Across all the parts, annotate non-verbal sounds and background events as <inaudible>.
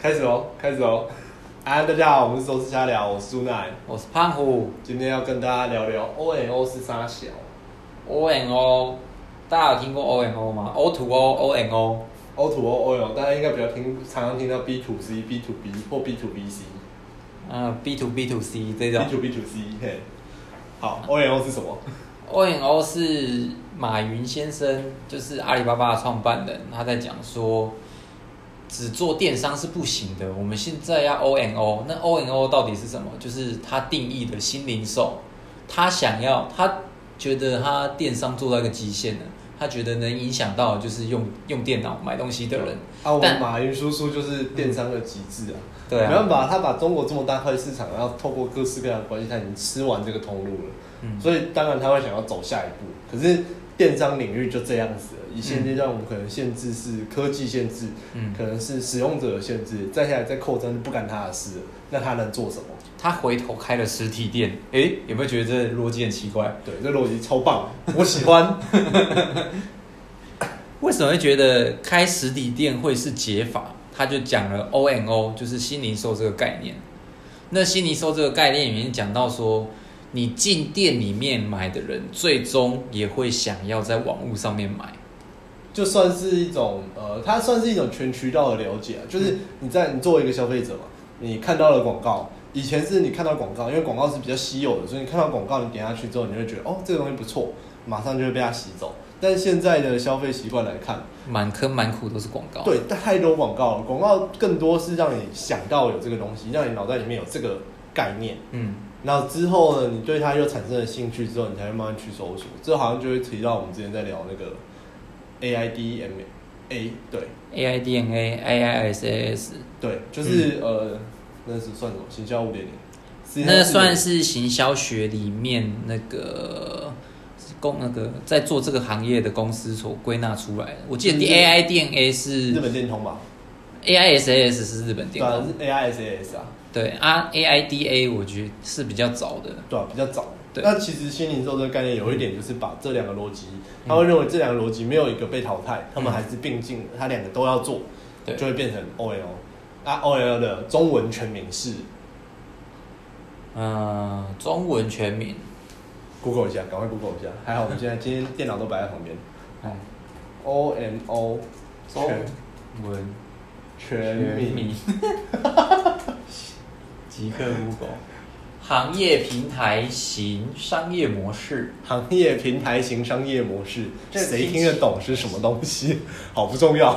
开始喽，开始喽！ <laughs> 啊，大家好，我们是周四瞎聊，我是朱奈，我是胖虎今天要跟大家聊聊 O N O 是啥小，O N O，大家有听过 O N O 吗？O to O O N O， ，O to O O N，大家应该比较听，常常听到 B to C、B to B 或 B to B C、嗯，B to B to C 这 B 种 to B to C。嘿，好，O N O 是什么？ O N O 是马云先生，就是阿里巴巴的创办人，他在讲说，只做电商是不行的，我们现在要 O N O。那 O N O 到底是什么？就是他定义的新零售，他想要，他觉得他电商做到一个极限了，他觉得能影响到就是用用电脑买东西的人。啊，我们但马云叔叔就是电商的极致啊！对啊没办法，他把中国这么大块市场，然后透过各式各样的关系，他已经吃完这个通路了，嗯所以当然他会想要走下一步。可是电商领域就这样子了，以现阶段我们可能限制是科技限制，嗯可能是使用者的限制，再下来再扩张就不干他的事了，那他能做什么？他回头开了实体店，诶，有没有觉得这逻辑很奇怪？对，这逻辑超棒，我喜欢。 <laughs> 为什么会觉得开实体店会是解法？他就讲了 O N O，就是新零售这个概念。那新零售这个概念里面讲到说，你进店里面买的人，最终也会想要在网络上面买。就算是一种呃，它算是一种全渠道的了解、啊，就是你在你作为一个消费者嘛，你看到了广告，以前是你看到广告，因为广告是比较稀有的，所以你看到广告你点下去之后，你会觉得哦这个东西不错，马上就会被它洗走。但现在的消费习惯来看，满坑满谷都是广告。对太多广告了，广告更多是让你想到有这个东西，让你脑袋里面有这个概念。嗯，然后之后呢，你对它又产生了兴趣之后，你才会慢慢去搜索。这好像就会提到我们之前在聊那个 A I D M A，对哎 A I D N A A I S A S，对，就是、呃，那是算什么？行销五点零，嗯那算是行销学里面那个公那个在做这个行业的公司所归纳出来的。我记得嗯 A I D N A 日是本电通吧？ A I S A S 是日本对电啊工，，是 A I S A S 啊，对啊 A I D A 我觉得是比较早的，对啊，比较早。对那其实新零售这个概念有一点就是把这两个逻辑，他会认为这两个逻辑没有一个被淘汰，他们还是并进的，他两个都要做，嗯对就会变成 O L。啊，O L 的中文全名是嗯，中文全名， Google 一下，赶快 Google 一下。还好我们现在今天电脑都摆在旁边。哎， <laughs> O M O 中全文全全名 <laughs> 名，极客 Google，行业平台型商业模式，行业平台型商业模式，这谁听听起得懂是什么东西？好不重要。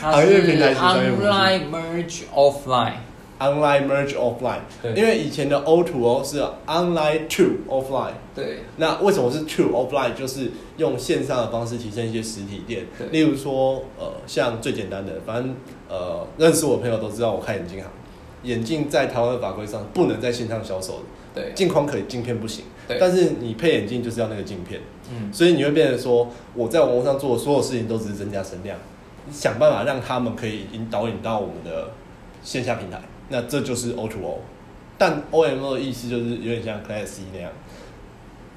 它行业平台是型商业模式 online merge offline， Online merge offline，对因为以前的 O to O 是 online to offline。对，那为什么是 to offline？就是用线上的方式提升一些实体店对，例如说，呃，像最简单的，反正呃，认识我的朋友都知道，我看眼镜行，眼镜在台湾的法规上不能在线上销售的，对，镜框可以，镜片不行。对但是你配眼镜就是要那个镜片，嗯，所以你会变成说，我在网络上做的所有事情都只是增加声量，想办法让他们可以引导引到我们的线下平台，那这就是 O to O。但 O M O 的意思就是有点像 Class 一那样，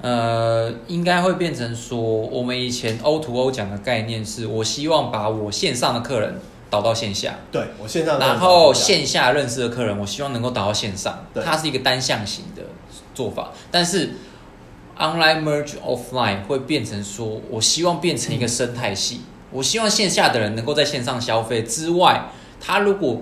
呃，应该会变成说，我们以前 O to O 讲的概念是，我希望把我线上的客人导到线下，对我线上的然后线下认识的客人，我希望能够导到线上对，它是一个单向型的做法。但是 online merge offline 会变成说，我希望变成一个生态系，嗯我希望线下的人能够在线上消费之外，他如果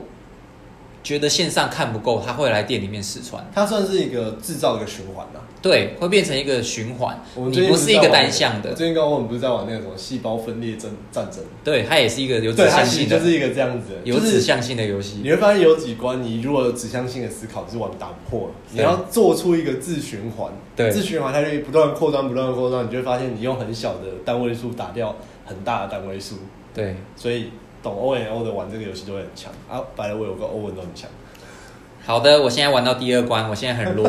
觉得线上看不够，他会来店里面试穿。它算是一个制造一个循环呐、对，会变成一个循环，我们你不是一个单向的我，最近跟我们不是在玩那个什么细胞分裂争战争，对，它也是一个有指对，它向其实性就的，是一个这样子的，有就是指向性的游戏。你会发现有几关，你如果有指向性的思考，就是玩打不破了。你要做出一个自循环，对自循环它就不断扩张，不断扩张，你就会发现你用很小的单位数打掉很大的单位数，对，所以懂 O N O 的玩这个游戏就会很强啊。白了我有个欧文都很强，好的，我现在玩到第二关，我现在很 <laughs> 弱。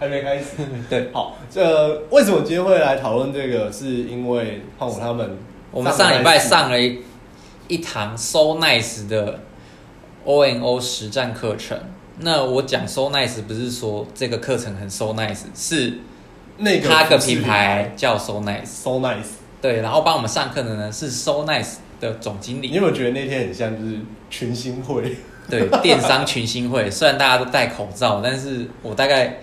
还没开始。对，好，这为什么今天会来讨论这个？是因为胖虎他们，我们上礼拜四上了一一堂 So Nice 的 O N O 实战课程。那我讲 So Nice 不是说这个课程很 So Nice，是那个它的服饰品牌叫 So Nice。 so nice，对，然后帮我们上课的呢是 So Nice 的总经你理有。没有觉得那天很像就是群星会对，电商群星会，虽然大家都戴口罩，但是我大概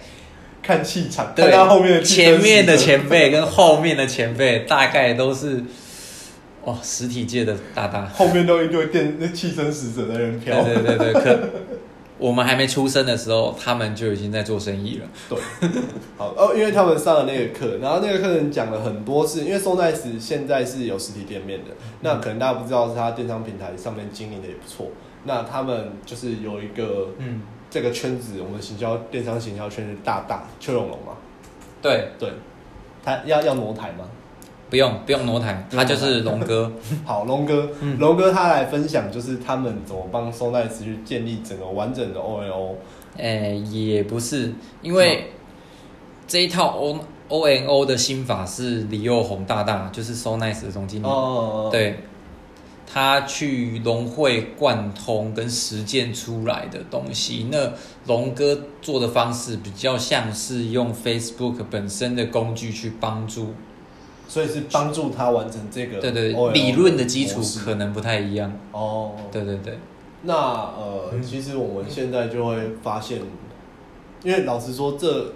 看气场，看对他后面的气氛前面的是什么前辈 <laughs> 跟后面的前辈大概都是，哦，实体界的大大。后面都一堆电那气声使者在那边飘，对对对对，可我们还没出生的时候，他们就已经在做生意了。对，好哦，因为他们上了那个课，然后那个客人讲了很多次，因为松奈斯现在是有实体店面的，那可能大家不知道是他电商平台上面经营的也不错，那他们就是有一个嗯，这个圈子，我们行销电商行销圈的大大邱永龙嘛，对，对，他要要挪台吗？ <laughs> 不用不用挪台，他就是龙哥。好，龙哥嗯，龙哥他来分享就是他们怎么帮松奈斯去建立整个完整的 O L O，诶、也不是，因为这一套 O O N O 的心法是李幼红大大，就是 So Nice 的总经理，哦，对，他去融会贯通跟实践出来的东西。那龙哥做的方式比较像是用 Facebook 本身的工具去帮助，所以是帮助他完成这个对对 OLO 对，理论的基础模式可能不太一样，哦，对对对，那呃，其实我们现在就会发现，因为老实说这，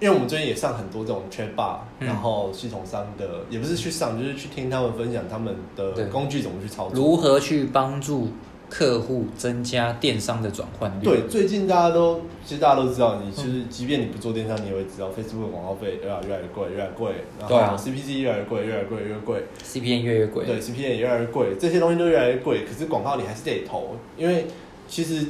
因为我们最近也上很多这种 chat bar，、嗯然后系统商的也不是去上，就是去听他们分享他们的对工具怎么去操作。如何去帮助客户增加电商的转换率？对，最近大家都其实大家都知道，你就是即便你不做电商，你也会知道 Facebook 的广告费啊越来越贵，越来越贵，然对后啊 CPC 越来越贵，越来越贵，越来越贵。 ，CPN 越来越贵，对，CPA 也越来越贵，这些东西都越来越贵。可是广告你还是得投，因为其实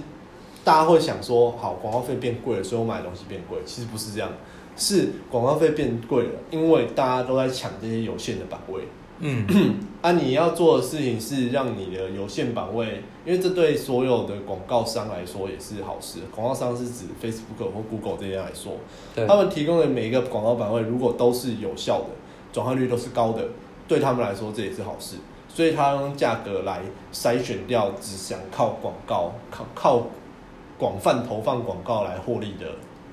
大家会想说，好，广告费变贵了，所以我买的东西变贵。其实不是这样，是广告费变贵了，因为大家都在抢这些有限的版位。嗯。啊，你要做的事情是让你的有限版位，因为这对所有的广告商来说也是好事。广告商是指 Facebook 或 Google 这些来说，对他，们提供的每一个广告版位，如果都是有效的，转换率都是高的，对他们来说这也是好事。所以他用价格来筛选掉只想靠广告、靠靠广泛投放广告来获利的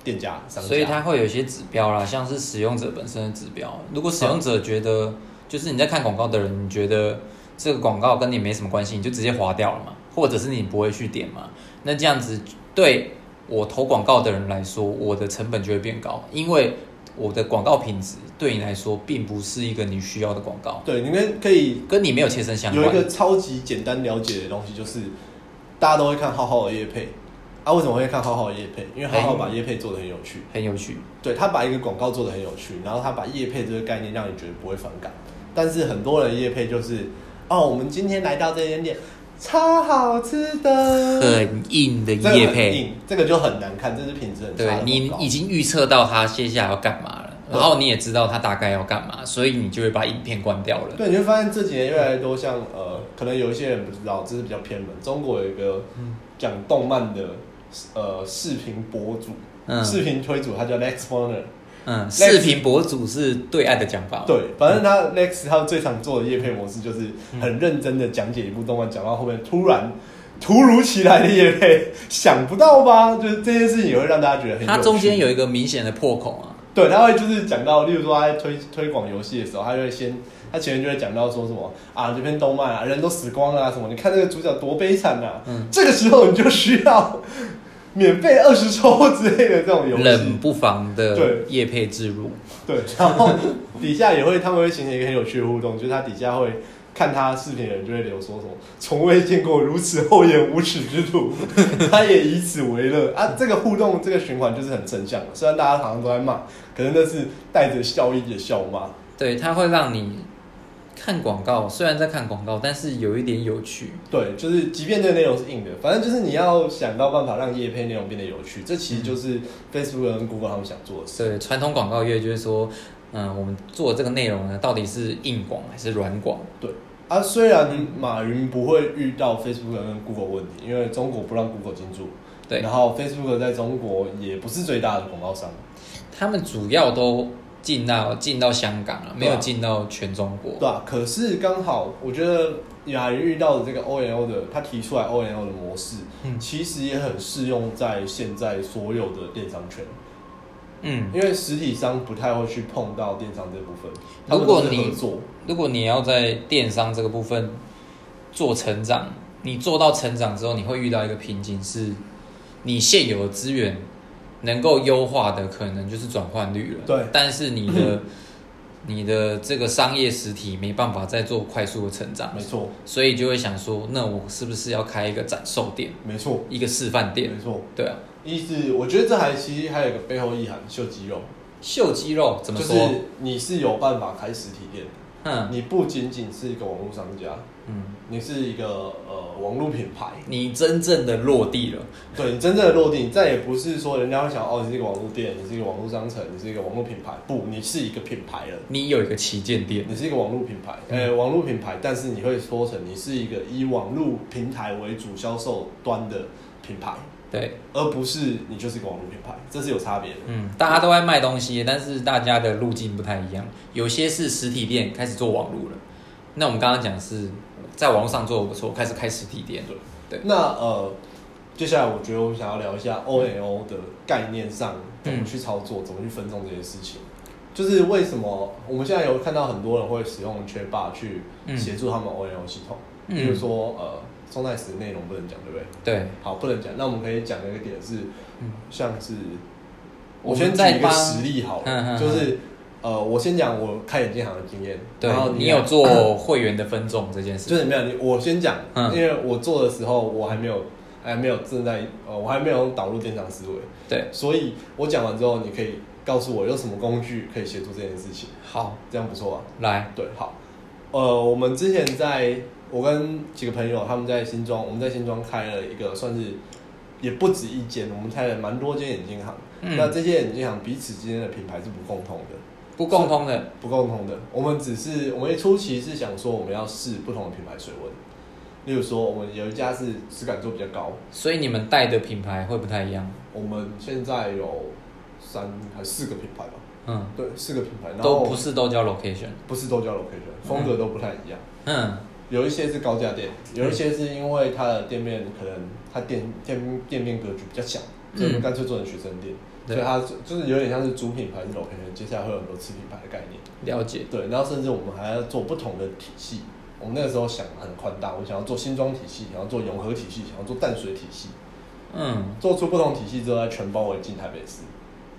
店家商家。所以它会有一些指标啦，像是使用者本身的指标。如果使用者觉得，就是你在看广告的人，你觉得这个广告跟你没什么关系，你就直接划掉了嘛，或者是你不会去点嘛。那这样子对我投广告的人来说，我的成本就会变高，因为我的广告品质对你来说并不是一个你需要的广告，对，你们可以跟你没有切身相有一关。个超级简单了解的东西，就是大家都会看浩浩的叶配啊，为什么会看浩浩的叶配？因为浩浩把叶配做的很有趣，很有趣，对他把一个广告做的很有趣，然后他把业配这个概念让你觉得不会反感，但是很多人业配就是，哦，我们今天来到这间店，超好吃的，很硬的这个很业配，硬，这个就很难看，这是品质很差的对广告。你已经预测到他接下来要干嘛了，对然后你也知道他大概要干嘛，所以你就会把影片关掉了。对，你会发现这几年越来越多像呃，可能有一些人不知道，这是比较偏门。中国有一个讲动漫的呃视频博主，嗯视频推主，他叫 Lex Warner。嗯， Next 视频博主是对岸的讲法。，对，反正他 Lex 他最常做的业配模式就是很认真的讲解一部动漫，讲到后面突然 <laughs> 突如其来的业配，想不到吧？就是这件事情也会让大家觉得很有趣。它中间有一个明显的破口啊。对，他会就是讲到，例如说他在推推广游戏的时候，他就会先他前面就会讲到说什么啊，这篇动漫啊，人都死光了、啊、什么，你看这个主角多悲惨呐、啊。嗯这个时候你就需要免费二十抽之类的这种游戏。冷不防的对叶配置入，对， <laughs> 然后底下也会，他们会形成一个很有趣的互动，就是他底下会看他视频的人就会留说什么“从未见过如此厚颜无耻之徒”， <laughs> 他也以此为乐啊。这个互动这个循环就是很正向的，虽然大家好像都在骂，可是那是带着笑意的笑骂。对，它会让你看广告，虽然在看广告，但是有一点有趣。对，就是即便这个内容是硬的，反正就是你要想到办法让叶配内容变得有趣，这其实就是 Facebook 跟 Google 他们想做的事。对，传统广告业就是说，嗯，我们做这个内容呢，到底是硬广还是软广？对啊，虽然马云不会遇到 Facebook 跟 Google 问题，因为中国不让 Google 进驻。对然，后 Facebook 在中国也不是最大的广告商，他们主要都进到进到香港了，没对啊有进到全中国。对吧、可是刚好，我觉得雅云遇到的这个 O L 的，他提出来 O L 的模式，嗯其实也很适用在现在所有的电商圈，啊嗯，因为实体商不太会去碰到电商这部分，他如们都果是合你作，如果你要在电商这个部分做成长，你做到成长之后，你会遇到一个瓶颈，是你现有的资源能够优化的，可能就是转换率了。对但是你的 <laughs> 你的这个商业实体没办法再做快速的成长没，错，所以就会想说，那我是不是要开一个展售店，没错，一个示范店没？错。对啊，一是我觉得这还其实还有一个背后意涵，秀肌肉，秀肌肉怎么就说？是你是有办法开实体店的，嗯你不仅仅是一个网络商家，嗯，你是一个呃网络品牌，你真正的落地了。对你真正的落地，你再也不是说人家会想哦，你是一个网络店，你是一个网络商城，你是一个网络品牌，不，你是一个品牌了。你有一个旗舰店，你是一个网络品牌，嗯呃、网络品牌，但是你会说成你是一个以网络平台为主销售端的品牌，对，而不是你就是一个网络品牌，这是有差别的。嗯，大家都在卖东西，但是大家的路径不太一样，有些是实体店开始做网络了，那我们刚刚讲是在网络上做得不错，开始开实体店，对那呃，接下来我觉得我们想要聊一下 O N O 的概念上怎么去操嗯作，怎么去分众这些事情。就是为什么我们现在有看到很多人会使用缺霸去嗯协助他们 O N O 系统，嗯比如说呃，中代史内容不能讲，对不对？对，好，不能讲。那我们可以讲的一个点是，嗯像是我我们先举在一个帮实例好嗯嗯了，就是呃，我先讲我开眼镜行的经验，对然后你有做会员的分众这件事，就是没有你，我先讲，嗯因为我做的时候我还没有，还没有正在，呃，我还没有导入电商思维，对，所以我讲完之后，你可以告诉我有什么工具可以协助这件事情，好，这样不错啊。来，对，好，呃，我们之前在，我跟几个朋友他们在新庄，我们在新庄开了一个算是也不止一间，我们开了蛮多间眼镜行，嗯那这些眼镜行彼此之间的品牌是不共通的。不共通的，不共同的。我们只是我们一初期是想说我们要试不同的品牌水温，例如说我们有一家是质感做比较高，所以你们带的品牌会不太一样，我们现在有三还四个品牌吧，嗯，对，四个品牌，然都后不是嗯都叫 location，不是都叫 location，风格都不太一样。嗯，有一些是高价店，有一些是因为它的店面可能它店店店面格局比较小，所以我们干脆做成学生店，嗯对所以它就是有点像是主品牌是 location，接下来会有很多次品牌的概念。了解，对，然后甚至我们还要做不同的体系。我们那个时候想得很宽大，我想要做新庄体系，想要做永和体系，想要做淡水体系，嗯，做出不同体系之后，再全包围进台北市。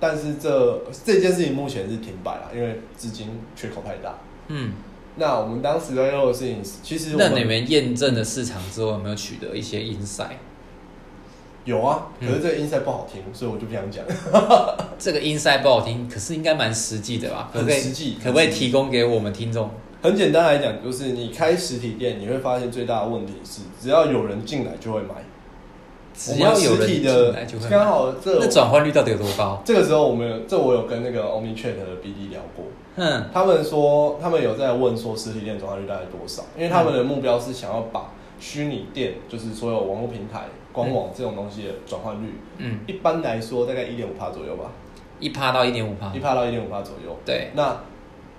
但是这这件事情目前是停摆了，因为资金缺口太大。嗯，那我们当时在做的事情是，其实我那你们们验证了市场之后，有没有取得一些 insight？有啊，可嗯是这个 inside 不好听，所以我就不想讲。这个 inside 不好听，可是应该蛮实际的吧？可很不可以实际可不可以提供给我们听众？很简单来讲，就是你开实体店，你会发现最大的问题是，只要有人进来就会买。只要有我人们实体进的来就会买刚好这那转换率到底有多高？这个时候我们有，这我有跟那个 OmniChat 的 BD 聊过，嗯他们说他们有在问说实体店转化率大概多少，因为他们的目标是想要把虚拟店，就是所有网络平台、官网这种东西的转换率，嗯，一般来说大概一点五帕左右吧，一趴到一点五趴一，帕到一点五帕左右。啊对，那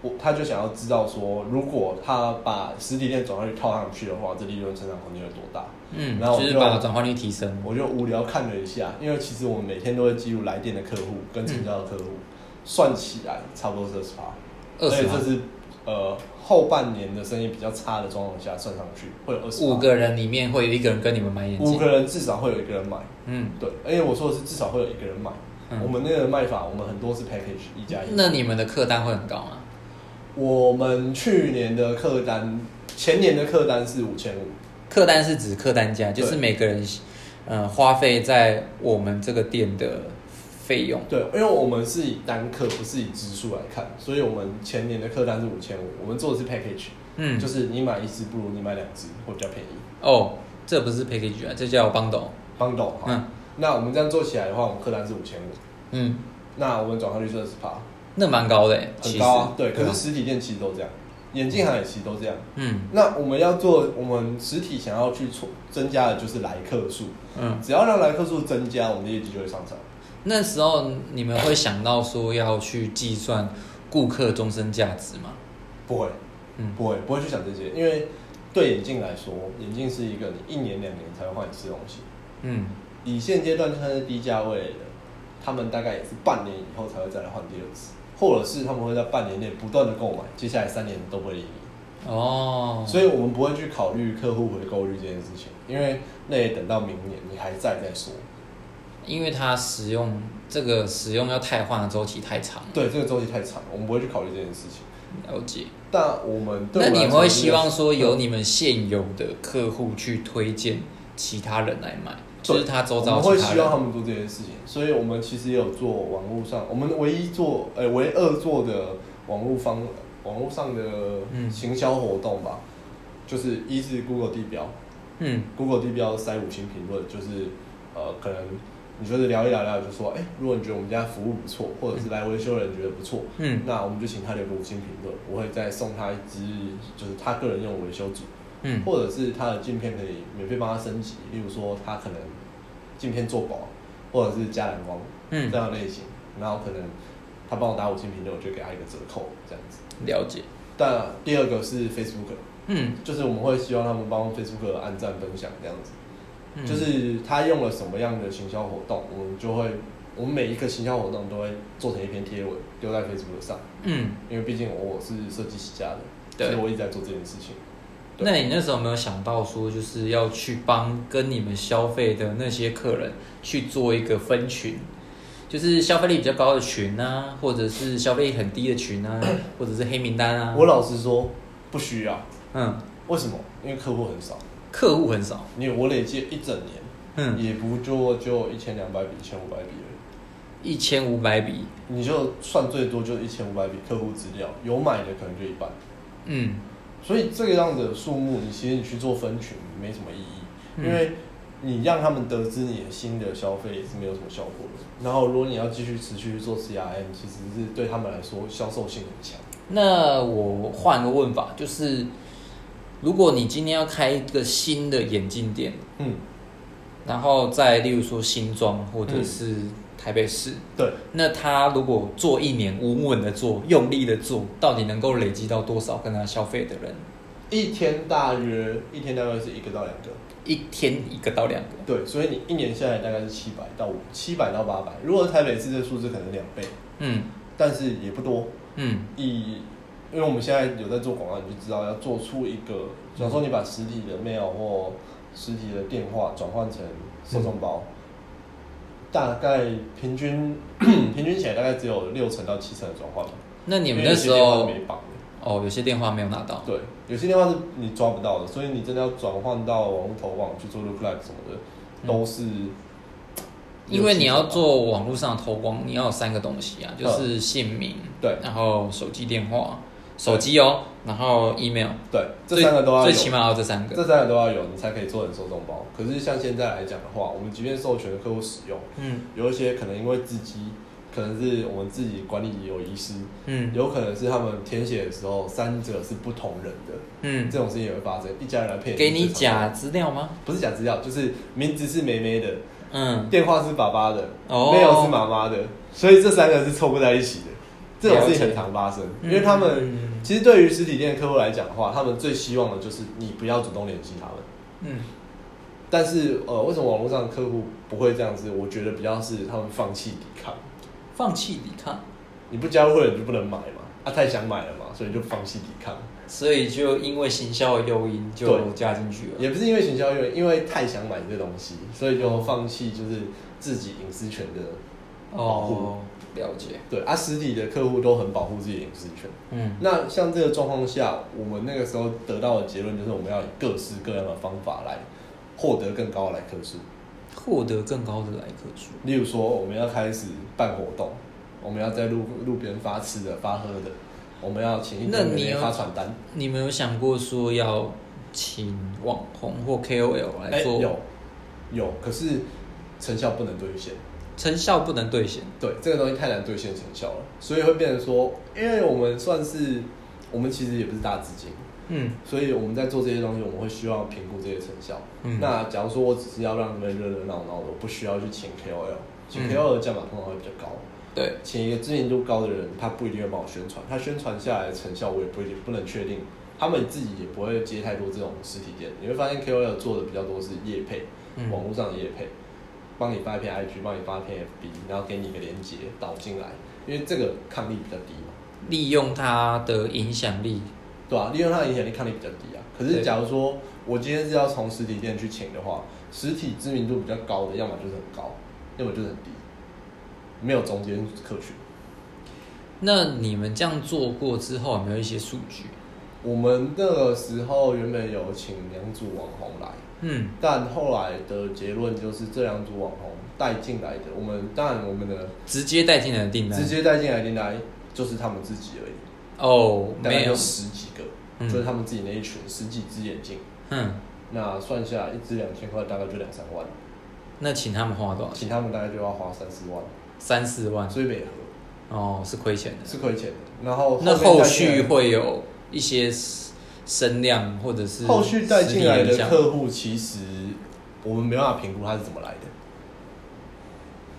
我他就想要知道说，如果他把实体店转化率套上去的话，这利润成长空间有多大？嗯，然后就我是就把转换率提升。我就无聊看了一下，因为其实我们每天都会记录来电的客户跟成交的客户，嗯算起来差不多是二十趴， 20%而且这是呃后半年的生意比较差的状况下算上去会有二十五个人里面会有一个人跟你们买眼五镜，个人至少会有一个人买，嗯，对，而且我说的是至少会有一个人买。嗯我们那个卖法，我们很多是 package 一加一。那你们的客单会很高吗？我们去年的客单，前年的客单是五千五，客单是指客单价，就是对每个人呃花费在我们这个店的费用。对，因为我们是以单客不是以支数来看，所以我们前年的客单是五千五，我们做的是 package，嗯，就是你买一只不如你买两只会比较便宜。哦，这不是 package 啊，这叫 bundle。帮懂哈。嗯那我们这样做起来的话，我们客单是五千五，嗯，那我们转化率是二十趴，那蛮高的欸，其很实高啊。对，可啊是实体店其实都这样，眼镜行也其实都这样。嗯那我们要做，我们实体想要去促增加的就是来客数，嗯，只要让来客数增加，我们的业绩就会上涨。那时候你们会想到说要去计算顾客终身价值吗？不会，嗯不会，不会去想这些，因为对眼镜来说，眼镜是一个你一年两年才会换一次的东西。嗯，以现阶段就算是低价位的，他们大概也是半年以后才会再来换第二次，或者是他们会在半年内不断的购买，接下来三年都不会理你。哦，所以我们不会去考虑客户回购率这件事情，因为那也等到明年你还在再说。因为它使用这个使用要汰换的周期太长，对，这个周期太长，我们不会去考虑这件事情。了解。但我们对那我来你说会就是希望说由你们现有的客户去推荐其他人来买，就是他周遭我们会其他希望他人。们做这件事情，所以我们其实也有做网络上，我们唯一做呃唯二做的网络方网络上的嗯行销活动吧，就是一是 Google 地标嗯， ，Google 地标塞五星评论，就是呃可能你就是聊一聊聊就说，哎、如果你觉得我们家服务不错，或者是来维修的人觉得不错，嗯那我们就请他留个五星评论，我会再送他一支就是他个人用的维修组。嗯或者是它的镜片可以免费帮它升级，例如说它可能镜片做薄，或者是加蓝光这嗯，样的类型，然后可能他帮我打五星评论，我就给他一个折扣这样子。了解。但第二个是 Facebook，嗯，就是我们会希望他们帮 Facebook 按赞分享这样子，嗯就是他用了什么样的行销活动，我们就会我们每一个行销活动都会做成一篇贴文丢在 Facebook 上，嗯，因为毕竟我是设计起家的，对所以我一直在做这件事情。对那你那时候有没有想到说，就是要去帮跟你们消费的那些客人去做一个分群，就是消费力比较高的群啊，或者是消费力很低的群 <clears throat> 啊，或者是黑名单啊？我老实说，不需要。嗯，为什么？因为客户很少，客户很少。你我累计一整年，嗯，也不就就一千两百笔、一千五百笔而一千五百笔。已，你就算最多就一千五百笔客户资料，有买的可能就一半，嗯所以这个样子的数目，你其实你去做分群没什么意义，嗯因为你让他们得知你的新的消费是没有什么效果的。然后如果你要继续持续去做 CRM，其实是对他们来说销售性很强。那我换个问法，就是如果你今天要开一个新的眼镜店，嗯，然后再例如说新庄或者是台北市，嗯对，那他如果做一年稳稳的做，用力的做，到底能够累积到多少跟他消费的人？一天大约一天大概是一个到两个。一天一个到两个，对，所以你一年下来大概是七百到五，七百到八百。如果台北市这数字可能两倍，嗯但是也不多。嗯以，因为我们现在有在做广告，你就知道要做出一个，假如说你把实体的 mail 或实体的电话转换成受众包，大概平均 <clears throat> 平均起来大概只有六成到七成的转换吧。那你们因为那有些时电话是候没绑的。哦，有些电话没有拿到，对，有些电话是你抓不到的，所以你真的要转换到网络投网去做 look like 什么的，都是。因为你要做网络上的投光，你要有三个东西啊，就是姓名，嗯对然后手机电话，手机哦，然后 email，对，这最三个都要有最，起码要这三这个。三个都要有，你才可以做成受众包。可是像现在来讲的话，我们即便授权客户使用，嗯有一些可能因为自己，可能是我们自己管理有遗失，嗯有可能是他们填写的时候三者是不同人的，嗯，这种事情也会发生。一家人来骗，给你假，资料吗？不是假资料，就是名字是梅梅的，嗯，电话是爸爸的，哦没有是妈妈的，所以这三个是凑不在一起的。这种事情很常发生，因了解为他们、嗯其实对于实体店的客户来讲的话，他们最希望的就是你不要主动联系他们。嗯但是呃，为什么网络上的客户不会这样子？我觉得比较是他们放弃抵抗，放弃抵抗，你不加入会员就不能买嘛，啊太想买了嘛，所以就放弃抵抗。所以就因为行销的诱因就对加进去了。也不是因为行销因为因为太想买这东西，所以就放弃就是自己隐私权的保护。哦，了解。对啊，实体的客户都很保护自己的隐私权。嗯那像这个状况下，我们那个时候得到的结论就是，我们要以各式各样的方法来获得更高的来客数。获得更高的来客数。例如说，我们要开始办活动，我们要在路路边发吃的、发喝的，我们要请一那堆你人有发传单。你们有想过说要请网红或 KOL 来哎做？有有，可是成效不能兑现。成效不能兑现。对，这个东西太难兑现成效了，所以会变成说，因为我们算是我们其实也不是大资金，嗯所以我们在做这些东西，我们会需要评估这些成效。嗯那假如说我只是要让你们热热闹闹的，我不需要去请 KOL，请嗯 KOL 的价码通常会比较高，对，请一个知名度高的人，他不一定会帮我宣传，他宣传下来的成效我也不一定不能确定，他们自己也不会接太多这种实体店。你会发现 KOL 做的比较多是业配，嗯网络上的业配，帮你发一篇 IG，帮你发一篇 FB，然后给你一个链接导进来，因为这个抗力比较低嘛。利用它的影响力对啊，利用它的影响力看得比较低啊。可是对假如说我今天是要从实体店去请的话，实体知名度比较高的，要么就是很高，要么就是很低，没有中间客群。那你们这样做过之后，有没有一些数据？我们那个时候原本有请两组网红来，嗯，但后来的结论就是这两组网红带进来的，我们当然我们的直接带进来的订单，直接带进来的来就是他们自己而已，哦，大概没有有，十几个，嗯就是他们自己那一群十几只眼镜，嗯，那算下来一只两千块，大概就两三万，那请他们花多少钱？请他们大概就要花三四万，三四万，所以每盒哦，是亏钱的。是亏钱的。然后那后面后带进来续会有一些声量或者是后续带进来实力影的响客户，其实我们没办法评估他是怎么来的。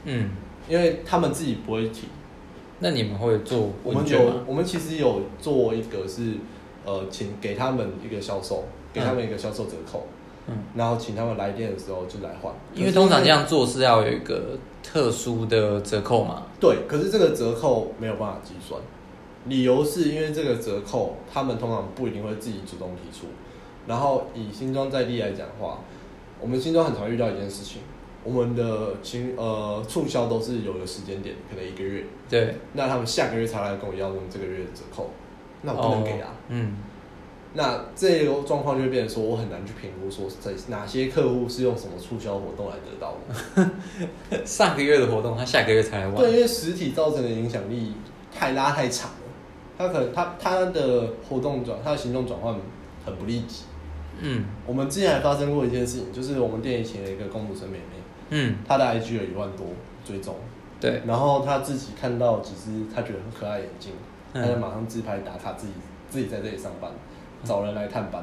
嗯，因为他们自己不会提。那你们会做我问们卷有吗？，我们其实有做一个是，呃，请给他们一个销售，给他们一个销售折扣，嗯，然后请他们来电的时候就来换。因为通可常是这样做是要有一个特殊的折扣嘛。对，可是这个折扣没有办法计算，理由是因为这个折扣他们通常不一定会自己主动提出。然后以新庄在地来讲的话，我们新庄很常遇到一件事情，我们的行呃促销都是有个时间点，可能一个月，对，那他们下个月才来跟我要我们这个月的折扣，那我不能给啊。哦嗯，那这个状况就会变成说，我很难去评估说在哪些客户是用什么促销活动来得到的。上个月的活动，他下个月才来玩。对，因为实体造成的影响力太拉太长了，他可能他他的活动转他的行动转换很不利己。嗯我们之前还发生过一件事情，就是我们店以前的一个公主生妹妹，嗯，她的 IG 有一万多追踪，对，然后她自己看到几只她觉得很可爱的眼镜，嗯她就马上自拍打卡自己自己在这里上班，找人来探班。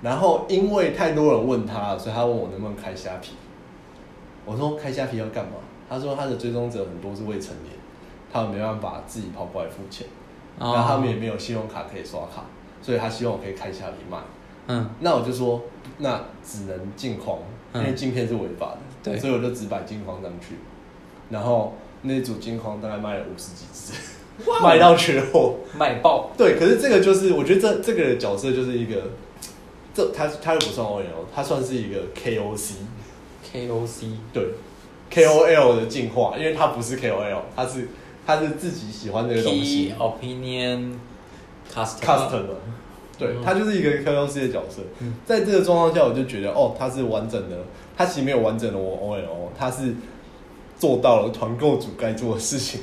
然后因为太多人问她，所以她问我能不能开虾皮。我说开虾皮要干嘛？她说她的追踪者很多是未成年，他们没办法自己跑过来付钱，哦然后他们也没有信用卡可以刷卡，所以她希望我可以开虾皮卖。嗯那我就说，那只能镜框，因为镜片是违法的，对所以我就只摆镜框上去。然后那组镜框大概卖了五十几只，卖到缺货。卖爆，对，可是这个就是，我觉得这这个角色就是一个，这他他又不算 OL，他算是一个 KOC， KOC 对，KOL 的进化，因为他不是 KOL，他是他是自己喜欢这个东 Key 西 Opinion Customer， ，customer，对嗯他就是一个 KOC 的角色。嗯在这个状况下，我就觉得哦，他是完整的，他其实没有完整的我 OL，他是做到了团购组该做的事情。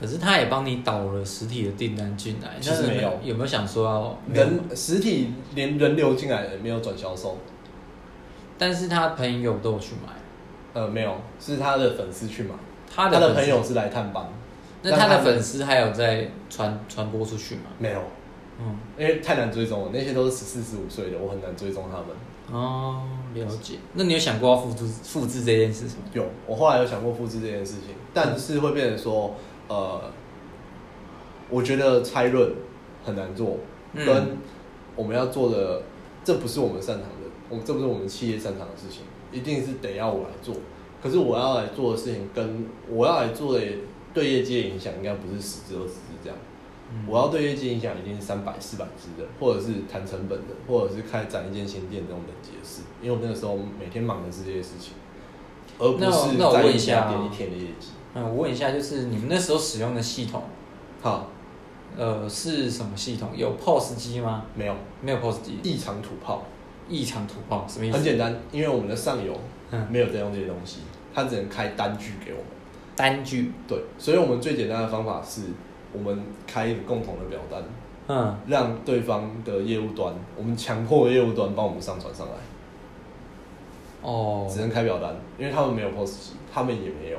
可是他也帮你导了实体的订单进来，其实那没有有没有想说要人？实体连人流进来没有转销售，但是他朋友都有去买，呃，没有，是他的粉丝去买，他他的的粉朋丝友，是来探班，那他的们粉丝还有在传传播出去吗？没有，嗯，因为太难追踪了，那些都是十四十五岁的，我很难追踪他们。哦，了解。那你有想过要复制复制这件事情吗？有，我后来有想过复制这件事情，但是会变成说，呃，我觉得拆论很难做，嗯跟我们要做的，这不是我们擅长的，我们这不是我们企业擅长的事情，一定是得要我来做。可是我要来做的事情，跟我要来做的对业界影响，应该不是十只二十只这样。嗯嗯我要对业界影响，一定是三百、四百只的，或者是谈成本的，或者是开展一间新店这种等级的事。因为我那个时候每天忙的是这些事情，而不那我是那我在问一一下家啊店一天的业绩。嗯，我问一下，就是你们那时候使用的系统，好，呃，是什么系统？有 POS 机吗？没有没有 POS 机，异常土炮，异常土炮什么意思？很简单，因为我们的上游嗯没有在用这些东西，它只能开单据给我们。单据，对，所以我们最简单的方法是，我们开一个共同的表单，嗯，让对方的业务端，我们强迫业务端帮我们上传上来，哦，只能开表单，因为他们没有 POS 机，他们也没有。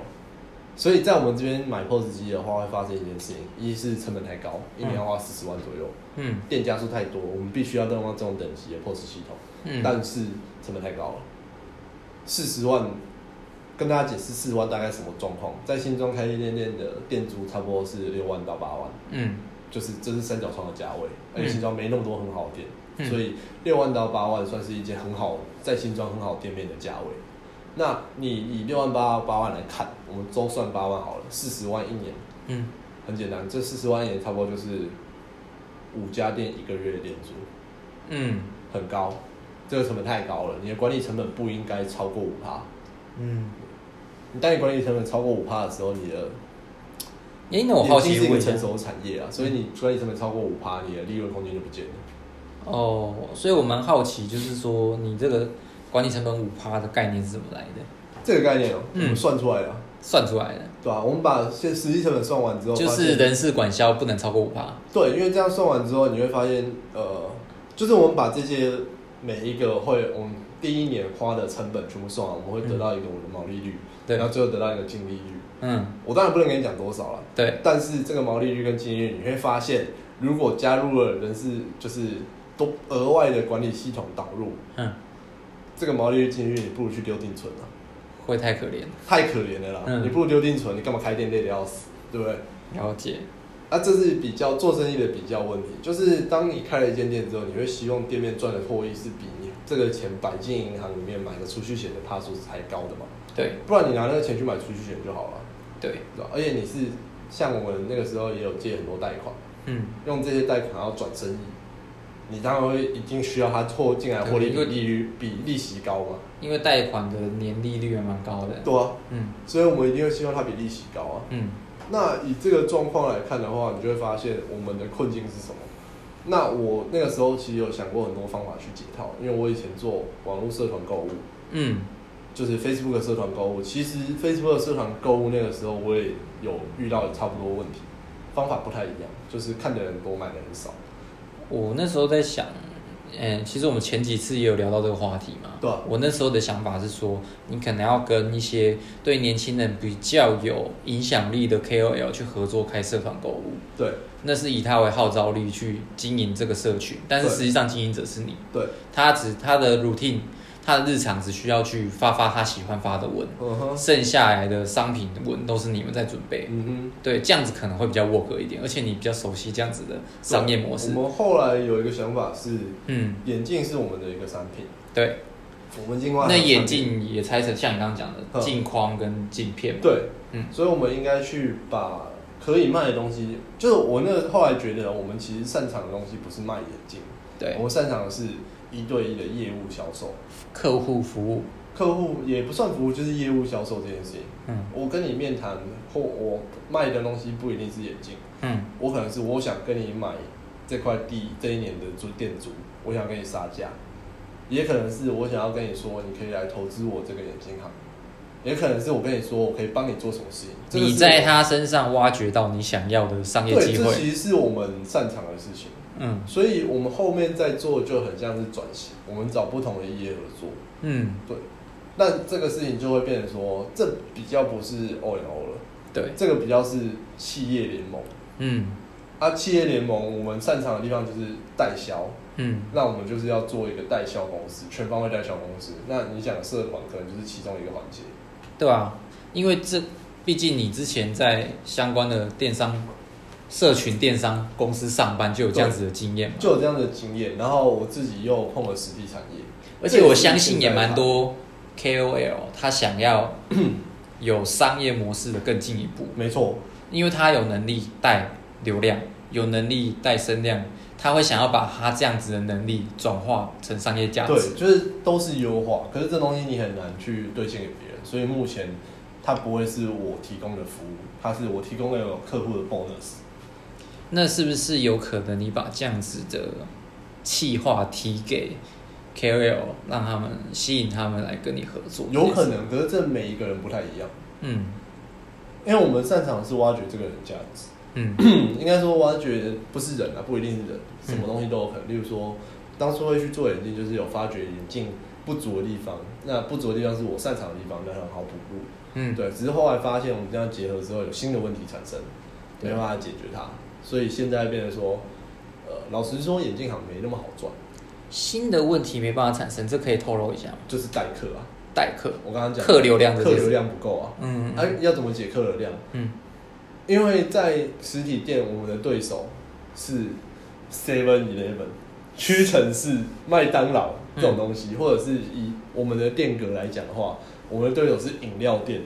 所以在我们这边买 POS 机的话，会发生一件事情：一是成本太高，一年要花四十万左右；嗯店家数太多，我们必须要用到这种等级的 POS 系统，嗯，但是成本太高了，四十万。跟大家解释四十万大概什么状况，在新庄开夜店店的店租差不多是六万到八万，嗯，就是这是三角窗的价位，而且嗯新庄没那么多很好的店，嗯所以六万到八万算是一间很好在新庄很好店面的价位。那你以六万八八万来看，我们周算八万好了，四十万一年嗯，很简单，这四十万一年差不多就是五家店一个月的店租，嗯很高，这个成本太高了，你的管理成本不应该超过五趴。嗯。你当你管理成本超过五趴的时候，你的哎、那我好已经奇是一问嗯个一下成，熟的产业啊，所以你管理成本超过五趴，你的利润空间就不见了。哦，所以我蛮好奇，就是说你这个管理成本五趴的概念是怎么来的？这个概念哦、我嗯们算出来了，算出来的，对吧、我们把现实际成本算完之后，就发是现人事管销不能超过五趴。对，因为这样算完之后，你会发现，呃，就是我们把这些每一个会我们第一年花的成本全部算完，我们会得到一个我的毛利率，对然后最后得到一个净利率。嗯，我当然不能跟你讲多少了，对，但是这个毛利率跟净利率，你会发现，如果加入了人事，就是多额外的管理系统导入，嗯，这个毛利率净利率，你不如去丢定存啊，会太可怜了。太可怜了啦！嗯你不如丢定存，你干嘛开店累得要死，对不对？了解，啊，这是比较做生意的比较问题，就是当你开了一间店之后，你会希望店面赚的获益是比你这个钱摆进银行里面买个储蓄险的趴数是还高的嘛？对不然你拿那个钱去买储蓄险就好了，啊对，对吧？而且你是像我们那个时候也有借很多贷款，嗯，用这些贷款要转生意，你当然会一定需要它拓进来获利比对利率比利息高嘛？因为贷款的年利率还蛮高的。对啊，嗯所以我们一定会希望它比利息高啊。嗯，那以这个状况来看的话，你就会发现我们的困境是什么？那我那个时候其实有想过很多方法去解套，因为我以前做网络社团购物，嗯就是 Facebook 的社团购物。其实 Facebook 的社团购物那个时候我也有遇到差不多问题，方法不太一样，就是看的人多，买的人少，我那时候在想，嗯、其实我们前几次也有聊到这个话题嘛。对啊我那时候的想法是说，你可能要跟一些对年轻人比较有影响力的 KOL 去合作开社团购物，对那是以他为号召力去经营这个社群，但是对实际上经营者是你，对，他只他的 routine，他的日常只需要去发发他喜欢发的文，嗯哼，剩下来的商品文都是你们在准备。嗯哼。对，这样子可能会比较 work 一点，而且你比较熟悉这样子的商业模式。我们后来有一个想法是，嗯，眼镜是我们的一个产品，对。我们今晚那眼镜也拆成像你刚刚讲的嗯镜框跟镜片嘛。对，嗯所以我们应该去把可以卖的东西，就是我那后来觉得，我们其实擅长的东西不是卖眼镜，对我，们擅长的是一对一的业务销售，客户服务。客户也不算服务，就是业务销售这件事情。嗯我跟你面谈，或我卖的东西不一定是眼镜，嗯我可能是我想跟你买这块地这一年的租店租，我想跟你杀价，也可能是我想要跟你说，你可以来投资我这个眼镜行。也可能是我跟你说，我可以帮你做什么事情。这个你是在我他身上挖掘到你想要的商业对，机这会。其实是我们擅长的事情，嗯所以我们后面在做就很像是转型，我们找不同的业合作。嗯，对，那这个事情就会变成说，这比较不是 O N O 了，对，这个比较是企业联盟。嗯啊，企业联盟我们擅长的地方就是代销，嗯那我们就是要做一个代销公司，全方位代销公司。那你讲的社团可能就是其中一个环节。对啊，因为这毕竟你之前在相关的电商社群电商公司上班就有这样子的经验嘛，就有这样的经验，然后我自己又碰了实体产业，而且我相信也蛮多 KOL 他 <clears throat> 想要有商业模式的更进一步，没错，因为他有能力带流量，有能力带声量，他会想要把他这样子的能力转化成商业价值对，。就是都是优化，可是这东西你很难去兑现给别人，所以目前它不会是我提供的服务，它是我提供给我客户的 bonus。那是不是有可能你把这样子的企划提给 KOL，让他们吸引他们来跟你合作？有可。能，可是这每一个人不太一样，嗯因为我们擅长的是挖掘这个人的价值，嗯应该说挖掘不是人啊，不一定是人，什么东西都有可能。例如说，当初会去做眼镜，就是有发掘眼镜不足的地方，那不足的地方是我擅长的地方，那很好补入。嗯，对，只是后来发现我们这样结合之后，有新的问题产生，没办法解决它，所以现在变成说，呃，老实说，眼镜行没那么好赚，新的问题没办法产生，这可以透露一下吗？就是代客啊。代客，我刚刚讲客流量这客件事流量不够啊，嗯哎、要怎么解客流量？嗯因为在实体店，我们的对手是 Seven Eleven、屈臣氏、麦当劳这嗯种东西，或者是以我们的店格来讲的话，我们的对手是饮料店，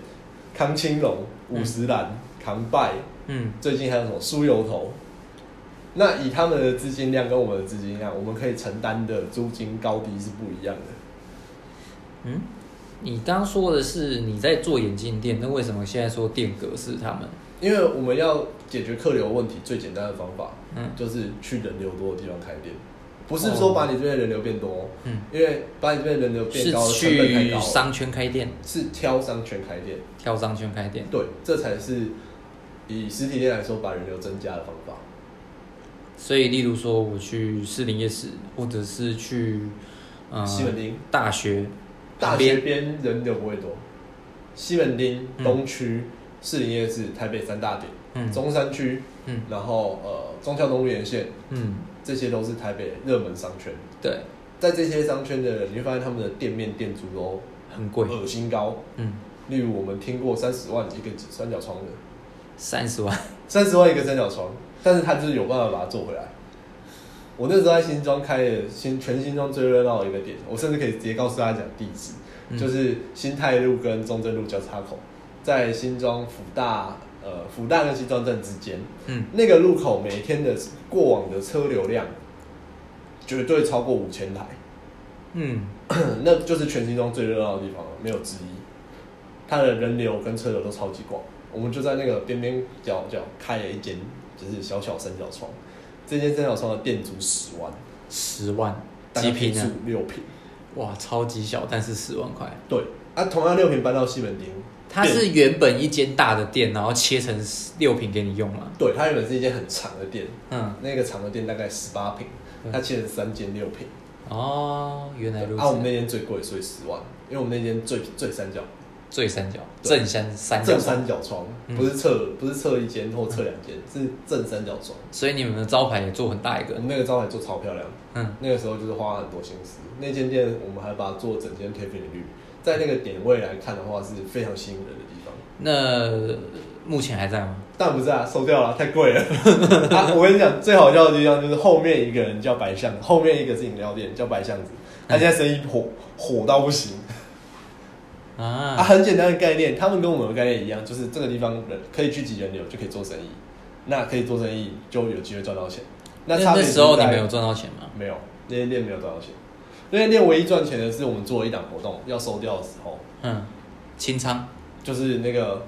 康青龙、五十岚、康拜，嗯，最近还有什么酥油头，那以他们的资金量跟我们的资金量，我们可以承担的租金高低是不一样的。嗯，你刚说的是你在做眼镜店，那为什么现在说店格是他们？因为我们要解决客流问题，最简单的方法嗯就是去人流多的地方开店，不是说把你这边人流变多哦，嗯，因为把你这边人流变是高，成本太去高了，商圈开店，是挑商圈开店。挑商圈开店。对，这才是以实体店来说把人流增加的方法。所以，例如说我去士林夜市，或者是去呃西门町大学大旁学边，边人流不会多，西门町、东区、士林夜市、台北三大点、嗯中山区，嗯然后呃中孝东路沿线，嗯，这些都是台北热门商圈。对，在这些商圈的人，你会发现他们的店面店租都很贵，恶心高。嗯，例如我们听过三十万一个三角窗的，三十万，三十万一个三角床，但是他就是有办法把它做回来。我那时候在新庄开的新全新庄最热闹的一个店，我甚至可以直接告诉大家讲地址，嗯就是新泰路跟中正路交叉口，在新庄福大呃福大跟新庄站之间，嗯，那个路口每天的过往的车流量绝对超过五千台，嗯， <laughs> 那就是全新庄最热闹的地方了，没有之一。它的人流跟车流都超级广，我们就在那个边边角角开了一间，就是小小三角窗。这间三角窗的店租十万，十万，大概几平平啊数？六平。哇，超级小，但是十万块。对，啊，同样六平搬到西门町，它是原本一间大的店，然后切成六平给你用嘛。对，它原本是一间很长的店，嗯，那个长的店大概十八平，嗯它切成三间六平。哦，原来如此。啊，我们那间最贵，所以十万，因为我们那间最最三角最三角，对正三三角正，三角窗，嗯不是侧不是侧一间或侧两间，是正三角窗。所以你们的招牌也做很大一我个们。那个招牌做超漂亮，嗯，那个时候就是花了很多心思。那间店我们还把它做整间贴片率，在那个点位来看的话是非常吸引人的地方。那目前还在吗？但不是啊，收掉了，太贵了。 <laughs> 啊，我跟你讲，最好笑的地方就是后面一个人叫白巷，后面一个是饮料店叫白巷子，他现在生意火火到不行。啊啊，，很简单的概念，他们跟我们的概念一样，就是这个地方人可以聚集人流就可以做生意，那可以做生意就有机会赚到钱。那差别那时候就你在们有赚到钱吗？没有，那间店没有赚到钱。那间店唯一赚钱的是我们做了一档活动要收掉的时候，嗯，清仓。就是那个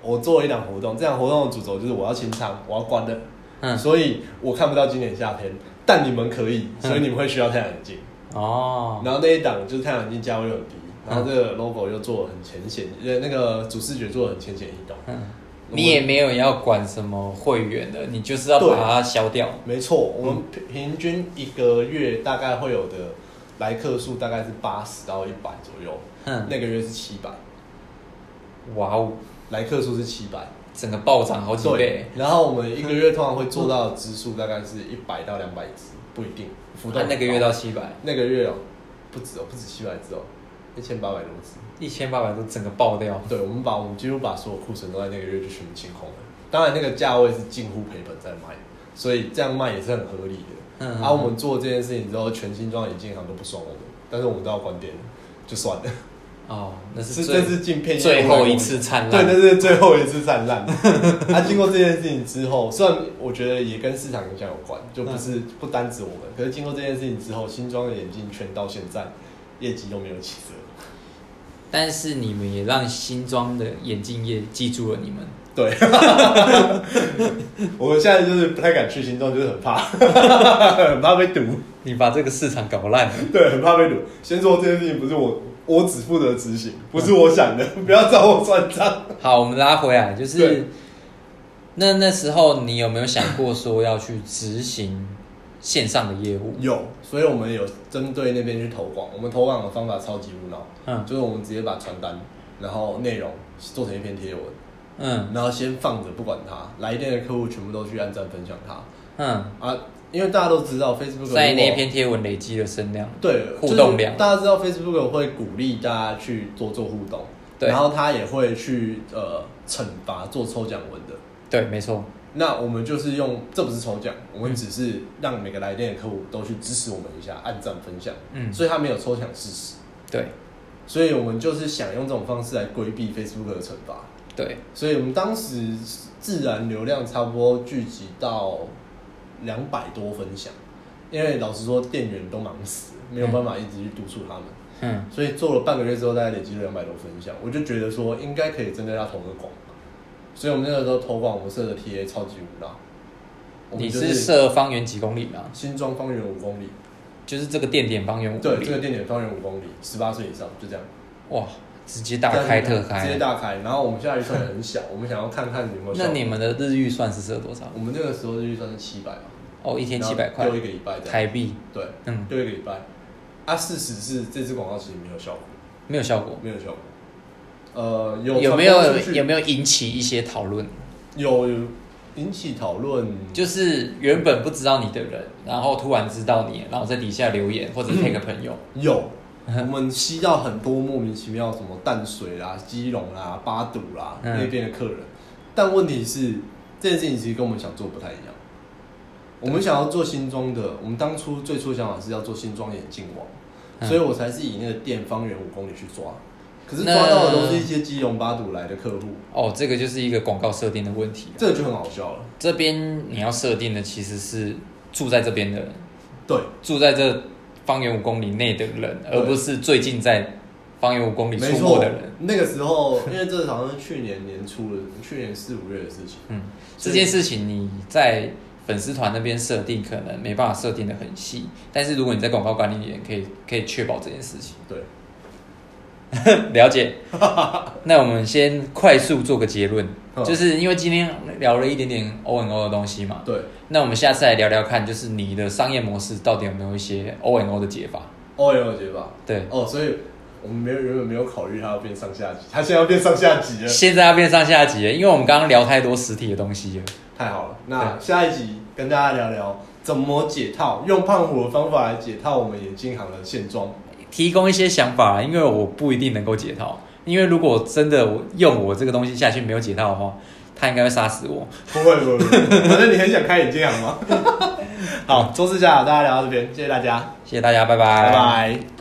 我做了一档活动，这档活动的主轴就是我要清仓，我要关的，嗯，所以我看不到今年夏天，但你们可以，所以嗯你们会需要太阳眼镜。哦，然后那一档就是太阳眼镜价位又很低，然后这个 logo 又做的很浅显，呃，那个主视觉做的很浅显易懂。嗯，你也没有要管什么会员的，你就是要对把它消掉。没错，我们平平均一个月大概会有的来客数大概是八十到一百左右，嗯，那个月是七百，哇哦，来客数是七百，整个暴涨好几对倍。，然后我们一个月通常会做到的支数大概是一百到两百只，不一定。浮动啊很那高那个月到七百，那个月哦，不止哦，不止七百只哦，一千八百多只。一千八百都整个爆掉。对，我们把我们几乎把所有库存都在那个月就全部清空了。当然，那个价位是近乎赔本在卖，所以这样卖也是很合理的。嗯，啊，我们做这件事情之后，全新装眼镜行都不爽我们，但是我们都要关店了，就算了。哦，那是是最这是镜片业最外后公一司次灿对，烂。那是最后一次灿烂。 <laughs> 啊，经过这件事情之后，虽然我觉得也跟市场影响有关，就不是不单指我们，可是经过这件事情之后，新装的眼镜圈到现在业绩都没有起 <laughs> 色。但是你们也让新庄的眼镜业记住了你们。对，我们现在就是不太敢去新装，就是很怕， <laughs> 很怕被堵，你把这个市场搞烂了。对，很怕被堵。先说这件事情不是我，我只负责执行，不是我想的， <laughs> 不要找我算账。 <laughs> 好，我们拉回来，就对是那那时候你有没有想过说要去执行线上的业务？有，所以我们有针对那边去投广，我们投广的方法超级无脑。嗯就是我们直接把传单，然后内容做成一篇贴文，嗯然后先放着不管它，来电的客户全部都去按赞分享它嗯，啊，因为大家都知道 Facebook 在如果那篇贴文累积了声量。对互动就是量大家知道 Facebook 会鼓励大家去多做互动，对然后他也会去呃惩罚做抽奖文的。对，没错。那我们就是用，这不是抽奖，我们只是让每个来电的客户都去支持我们一下，按赞分享，嗯，所以他没有抽奖事实，对所以我们就是想用这种方式来规避 Facebook 的惩罚。对，所以我们当时自然流量差不多聚集到两百多分享，因为老实说店员都忙死，没有办法一直去督促他们，嗯，所以做了半个月之后，大概累积了两百多分享，我就觉得说应该可以针对他投个广，所以我们那个时候投广，我们设的 TA 超级无聊，我们你就是设方圆几公里吗？新庄方圆五公里，就是这个店点方圆五公对，里。这个店点方圆五公里，十八岁以上就这样。哇，直接大开特直接开。大开。然后我们现在预算也很小， <laughs> 我们想要看看有没有效那果。你们的日预算是设多少？我们那个时候日预算是七百吧，哦，一一天七百块丢一个礼拜这样。台币，对，嗯，丢一个礼拜。啊，事实是这支广告其实没有效果，没有效果。没有效果。呃，有有没有有有没有引起一些讨嗯论？有有引起讨论？就是原本不知道你的人，然后突然知道你，然后在底下留言或嗯者 take 朋友。有，嗯我们吸到很多莫名其妙什么淡水啦、基隆啦、八堵啦、嗯那边的客人，但问题是这件事情其实跟我们想做不太一样。我们想要做新装的，我们当初最初的想法是要做新装眼镜网，嗯所以我才是以那个店方圆五公里去抓，可是抓那到的都是一些基隆八堵来的客户，哦，这个就是一个广告设定的问题了。这个就很好笑了。这边你要设定的其实是住在这边的人，对，住在这方圆五公里内的人，对而不是最近在方圆五公里没出没错的人。，那个时候因为这好像是去年年初的，去年四五月的事情。嗯，所这以件事情你在粉丝团那边设定可能没办法设定的很细，但是如果你在广告管理里面可以可以确保这件事情。对， <laughs> 了解。那我们先快速做个结论， <laughs> 就是因为今天聊了一点点 O N O 的东西嘛，嗯对，那我们下次来聊聊看，就是你的商业模式到底有没有一些 O N O 的解法？哦，有解吧？对，哦，所以我们没有原本没有考虑它要变上下级，它现在要变上下级了，现在要变上下集了，因为我们刚刚聊太多实体的东西了。太好了。那下一集跟大家聊聊怎么解套，用胖虎的方法来解套我们眼镜行的现状。提供一些想法，因为我不一定能够解套。因为如果真的我用我这个东西下去没有解套的话，他应该会杀死我。不会不会，不会反正你很想开眼镜行吗？好，周四下大家聊到这边，谢谢大家，谢谢大家，拜拜，拜拜